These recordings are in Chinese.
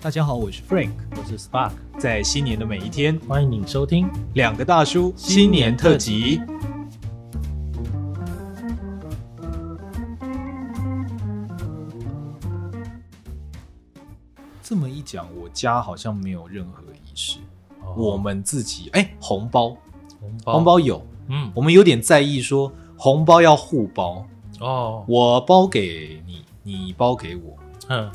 大家好，我是 Frank，我是 Spark，在新年的每一天，欢迎你收听。两个大叔新新年年特特辑辑。这么一讲，我家好像没有任何仪式，哦我们自己哎、红包红包，红，包有，嗯，我们有点在意说红包要互包，哦，我包给你，你包给我，嗯，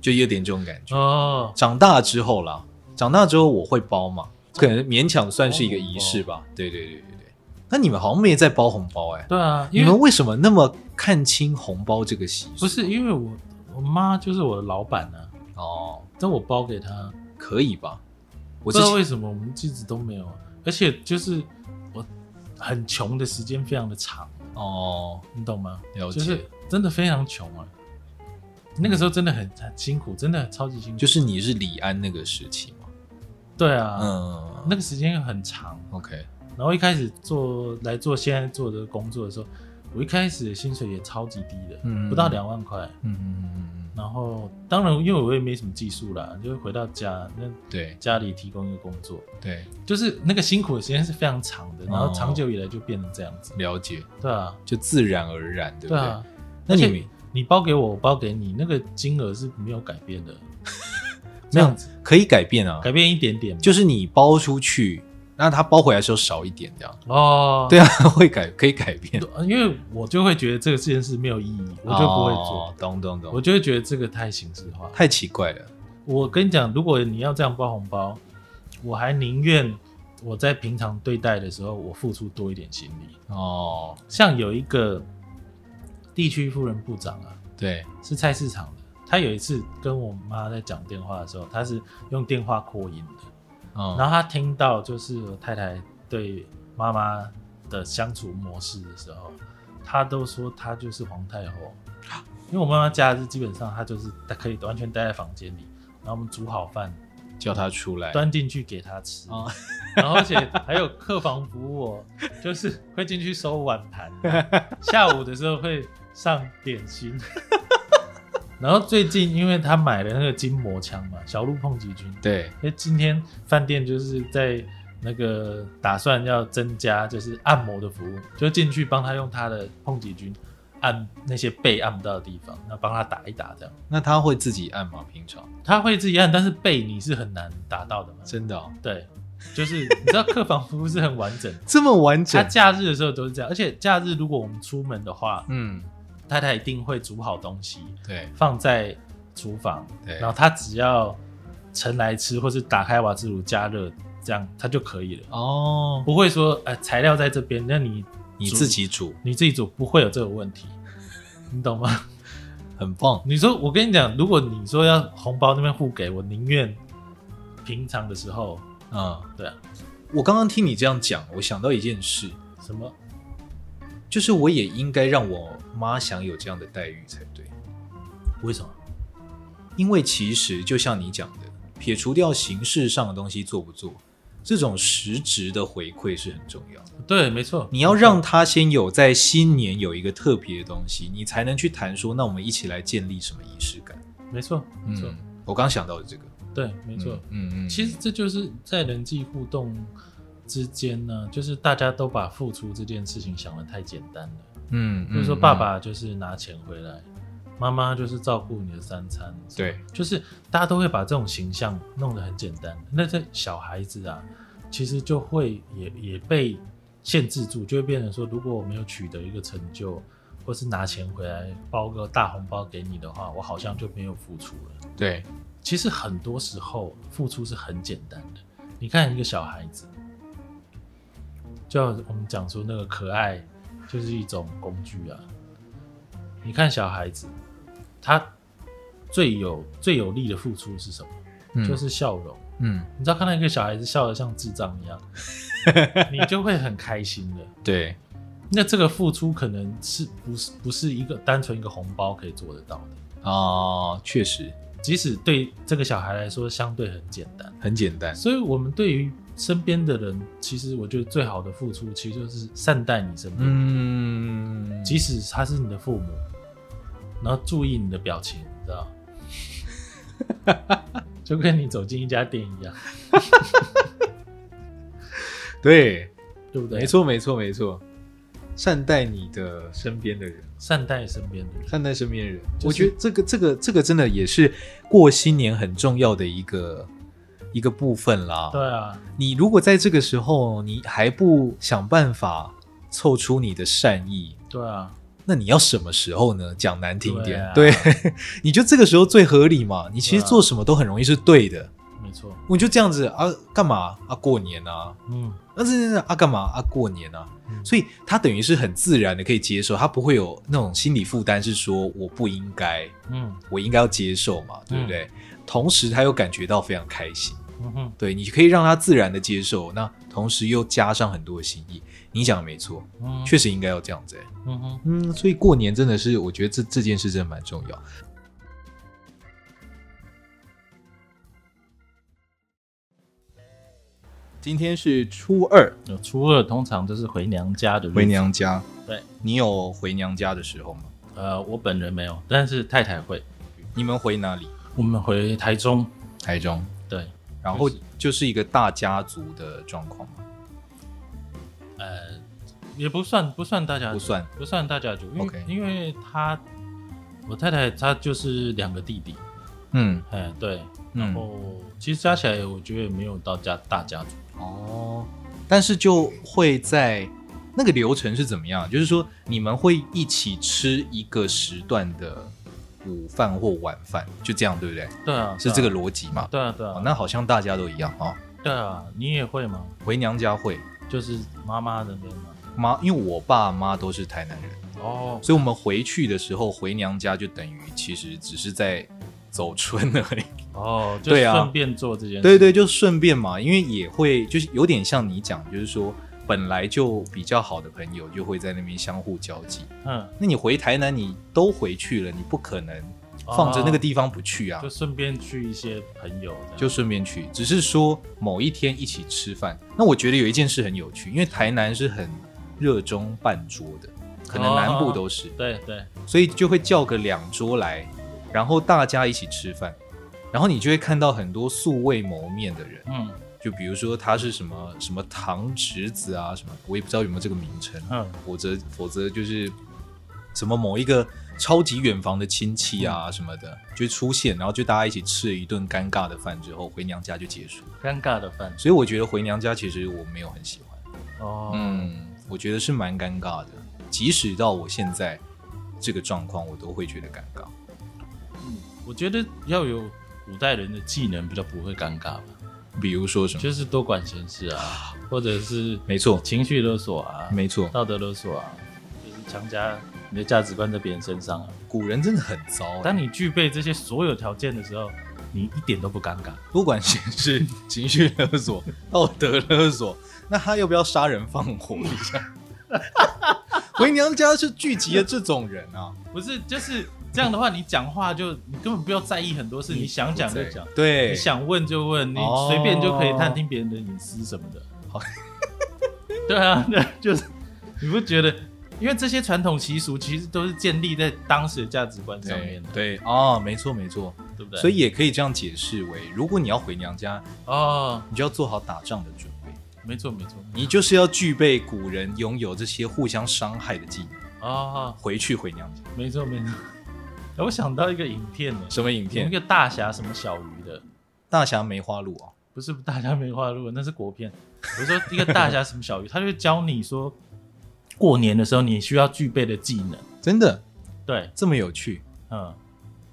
就有点这种感觉。哦，长大之后啦，长大之后我会包嘛，可能勉强算是一个仪式哦吧。对对对对对。那你们好像没在包红包哎、对啊，你因们为为什么那么看清红包这个习俗？不是因为我我妈就是我的老板呢、啊，哦，但我包给她，可以吧？我不之知道前为什么我们一直都没有，而且就是我很穷的时间非常的长，哦，你懂吗？了解，就是真的非常穷啊，那个时候真的很很辛苦，真的超级辛苦，就是你是李安那个时期嘛？对啊，嗯，那个时间很长， OK，然后一开始做来做现在做的工作的时候，我一开始的薪水也超级低的，嗯不到两万块。嗯嗯嗯嗯嗯，然后当然，因为我也没什么技术啦，就是回到家，那对家里提供一个工作，对，就是那个辛苦的时间是非常长的，哦然后长久以来就变成这样子。了解，对啊，就自然而然，对不对对？啊，那而你且们你包给我，我包给你，那个金额是没有改 变的，没这有样子可以改变啊，改变一点点嘛，就是你包出去，那他包回来的时候少一点，这样。哦，对啊，会改可以改变，因为我就会觉得这个这件事没有意义， 我就不会做。哦懂懂我懂，就会觉得这个太形式化。太奇怪了。我跟你讲，如果你要这样包红包，我还宁愿我在平常对待的时候，我付出多一点心力。哦，像有一个地区妇人部长啊，对，是菜市场的，他有一次跟我妈在讲电话的时候，他是用电话扩音的，嗯，然后他听到就是我太太对妈妈的相处模式的时候，他都说她就是皇太后。因为我妈妈家是基本上她就是她可以完全待在房间里，然后我们煮好饭，叫他出来。端进去给他吃，哎 哦然后而且还有客房服务、哦，就是会进去收碗盘，下午的时候会上点心。 然后最近因为他买了那个筋膜枪嘛，小鹿碰击菌，对，哎，今天饭店就是在那个打算要增加就是按摩的服务，就进去帮他用他的碰击菌按那些被按不到的地方，那帮他打一打这样。那他会自己按吗？平常他会自己按，但是背你是很难达到的嘛。真的哦、，对， 就是你知道客房服务是很完整的这么完他整？假日的时候都是这样，而且假日如果我们出门的话，嗯，太太一定会煮好东西对放在厨房，对然后他只要盛来吃或是打开瓦斯炉加热，这样他就可以了，哦，不会说呃材料在这边，那你你煮自己煮你自己煮不会有这个 问题，你懂吗？很棒，你说，我跟你讲，如果你说要红包那边互给我，宁愿平常的时候，嗯。对啊，我刚刚听你这样讲，我想到一件事，什么就是我也应该让我妈享有这样的待遇才对。为什么？因为其实就像你讲的，撇除掉形式上的东西做不做，这种实质的回馈是很重要的。对，没错，你要让他先有在新年有一个特别的东西，你才能去谈说，那我们一起来建立什么仪式感。没错，没错，嗯，我刚想到的这个，对，没错。嗯，嗯嗯，其实这就是在人际互动之间呢，就是大家都把付出这件事情想得太简单了。嗯，嗯，比如说，嗯爸，爸就是拿钱回来，妈妈就是照顾你的三餐，对，就是大家都会把这种形象弄得很简单。那这小孩子啊，其实就会也也被限制住，就会变成说，如果我没有取得一个成就，或是拿钱回来包个大红包给你的话，我好像就没有付出了。对，其实很多时候付出是很简单的。你看一个小孩子，就我们讲说那个可爱就是一种工具啊。你看小孩子，他最有最有力的付出是什么？嗯就，是笑容。嗯，你知道看到一个小孩子笑得像智障一样，你就会很开心的。对，那这个付出可能是不是不是一个单纯一个红包可以做得到的？哦，确实即使对这个小孩来说相对很简单。很简单，所以，我们对于身边的人，其实我觉得最好的付出，其实就是善待你身边，人，嗯，即使他是你的父母，然后注意你的表情，你知道？ 就跟你走进一家店一样，对，对不对？没，错，没错，没错。善待你的身边的人，善待身边的人，善待身边的人，就是我觉得这个、这个、这个真的也是过新年很重要的一个一个部分啦。对啊，你如果在这个时候你还不想办法凑出你的善意，对啊，那你要什么时候呢？讲难听一点，对对,、 啊你就这个时候最合理嘛。你其实对啊做什么都很容易是对啊的，没错，我就这样子啊，干嘛啊？过年啊，嗯，那这这啊干嘛啊？过年啊，嗯所以他等于是很自然的可以接受，他不会有那种心理负担，是说我不应该，嗯我应该要接受嘛，对不对？同时他又感觉到非常开心。嗯哼，对，你可以让他自然的接受，那同时又加上很多的心意。你讲的没错，嗯，确实应该要这样子、欸。嗯哼，嗯，所以过年真的是，我觉得这这件事真的蛮重要。今天是初二，有呃初二通常就是回娘家的日子回，娘家。对，你有回娘家的时候吗？呃，我本人没有，但是太太会，你们回哪里？我们回台中，台中。对，然后就是就是一个大家族的状况嘛，呃，也不算不算大家不族，算。不算大家族，因为 OK 因为她我太太她就是两个弟弟，嗯哎，对，然嗯。后其实加起来我觉得也没有到家大家族，哦，但是就会在那个流程是怎么样？就是说你们会一起吃一个时段的午饭或晚饭，就这样对不对？对啊，是对啊这个，逻辑嘛？对啊对哦啊，，那好像大家都一样哦。对啊，你也会吗？回娘家会就是妈妈那边吗？妈，因为我爸妈都是台南人，哦，所以我们回去的时候回娘家就等于其实只是在走春而已。哦，就对啊顺便做这件事。对对，就顺便嘛，因为也会就是有点像你讲，就是说本来就比较好的朋友就会在那边相互交际。嗯，那你回台南，你都回去了，你不可能放着那个地方不去啊，就顺便去一些朋友这样，就顺便去。只是说某一天一起吃饭。那我觉得有一件事很有趣，因为台南是很热衷办桌的，可能南部都是，对对，所以就会叫个两桌来，然后大家一起吃饭，然后你就会看到很多素未谋面的人。嗯就比如说他是什么什么堂侄子啊，什么我也不知道有没有这个名称，嗯否则否则就是什么某一个超级远房的亲戚啊什么的就出现，然后就大家一起吃了一顿尴尬的饭之后回娘家就结束。尴尬的饭所以我觉得回娘家其实我没有很喜欢，哦，嗯，我觉得是蛮尴尬的，即使到我现在这个状况，我都会觉得尴尬。我觉得要有古代人的技能，比较不会尴尬吧，比如说什么？就是多管闲事啊，或者是没错，情绪勒索啊，没错，道德勒索啊，就是强加你的价值观在别人身上啊。古人真的很糟、欸。哦当你具备这些所有条件的时候，你一点都不尴尬。多管闲事、情绪勒索、道德勒索，那他要不要杀人放火一 下？回娘家是聚集了这种人啊，不是，就是这样的话，你讲话就你根本不要在意很多事，你想讲就讲，对，你想问就问，你哦随便就可以探听别人的隐私什么的。好 对啊，对，就是你不觉得？因为这些传统习俗其实都是建立在当时的价值观上对面的，对啊，没错没错，对不对？所以也可以这样解释为：如果你要回娘家，哦，你就要做好打仗的准备，没错没错，你就是要具备古人拥有这些互相伤害的技能，哦，回去回娘家。没错没错。哎我想到一个影片呢，什么影有一片？个大侠什么小鱼的，大侠梅花鹿啊，不是大侠梅花鹿，那是国片。我说一个大侠什么小鱼， 他就会教你说，过年的时候你需要具备的技能。真的对，这么有趣？嗯，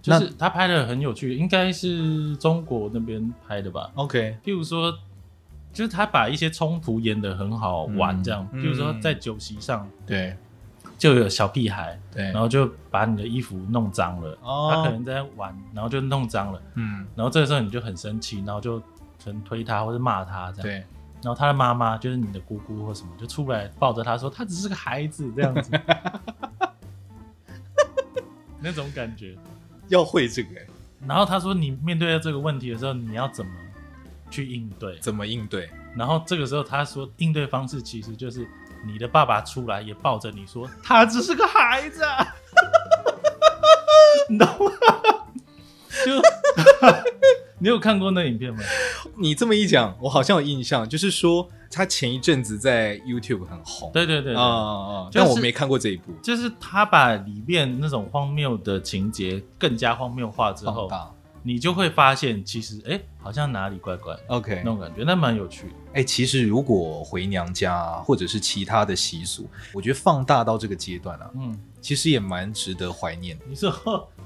就是他拍的很有趣，应该是中国那边拍的吧？ OK，譬如说，就是他把一些冲突演得很好玩，嗯这样。嗯譬如说在酒席上对就有小屁孩，对然，后就把你的衣服弄脏了，哦他可能在玩，然后就弄脏了，嗯，然后这个时候你就很生气，然后就可能推他或者骂他这样。对。然后他的妈妈就是你的姑姑或什么，就出来抱着他说他只是个孩子这样子，那种感觉。要会这个、欸，然后他说你面对这个问题的时候，你要怎么去应对？怎么应对？然后这个时候他说应对方式其实就是你的爸爸出来也抱着你说他只是个孩子、啊， 你懂吗？就 你有看过那影片吗？你这么一讲，我好像有印象，就是说他前一阵子在 YouTube 很红，对对对啊对啊啊！就是但我没看过这一部，就是他把里面那种荒谬的情节更加荒谬化之放后，大你就会发现其实哎、诶好像哪里怪怪的 OK 那。种感觉，那蛮有趣的。哎、其实如果回娘家、啊、或者是其他的习俗，我觉得放大到这个阶段啊，嗯，其实也蛮值得怀念的。你说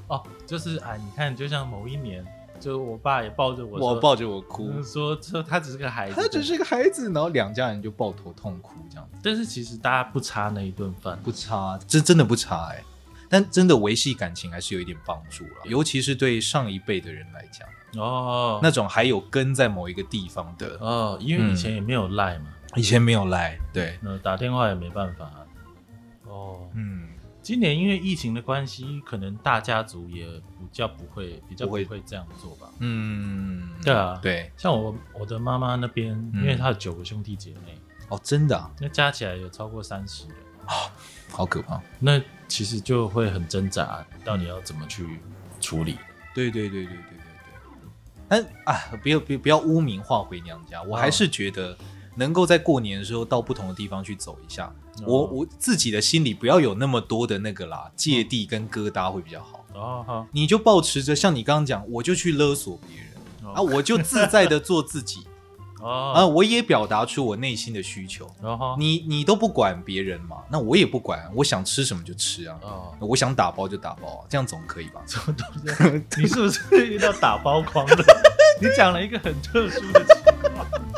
哦，就是啊，你看，就像某一年，就我爸也抱着我说，我抱着我哭，嗯说说他只是个孩子，他只是个孩子，然后两家人就抱头痛哭，这样但是其实大家不差那一顿饭，不差，这真的不差哎、但真的维系感情还是有一点帮助了，尤其是对上一辈的人来讲，哦，那种还有根在某一个地方的，哦，因为以嗯前也没有赖嘛，以前没有来，对，那、打电话也没办法、哦，嗯，今年因为疫情的关系，可能大家族也比较不会，比较不不会会这样做吧。嗯，对啊对，像我我的妈妈那边，嗯因为她有九个兄弟姐妹，哦，真的、啊，那加起来有超过三十人，好可怕。那其实就会很挣扎，到底要怎么去处理？对对对对对对对。但啊，不要不要不要污名化回娘家，我还是觉得能够在过年的时候到不同的地方去走一下，哦我我自己的心里不要有那么多的那个啦芥蒂跟疙瘩会比较好。哦好你就保持着像你刚刚讲，我就去勒索别人啊，哦我就自在的做自己啊， 哦，我也表达出我内心的需求。然后啊你你都不管别人嘛，那我也不管，我想吃什么就吃啊，哦， 我想打包就打包啊，这样总可以吧？什么东 西？你是不是遇到打包狂了？你讲了一个很特殊的情况，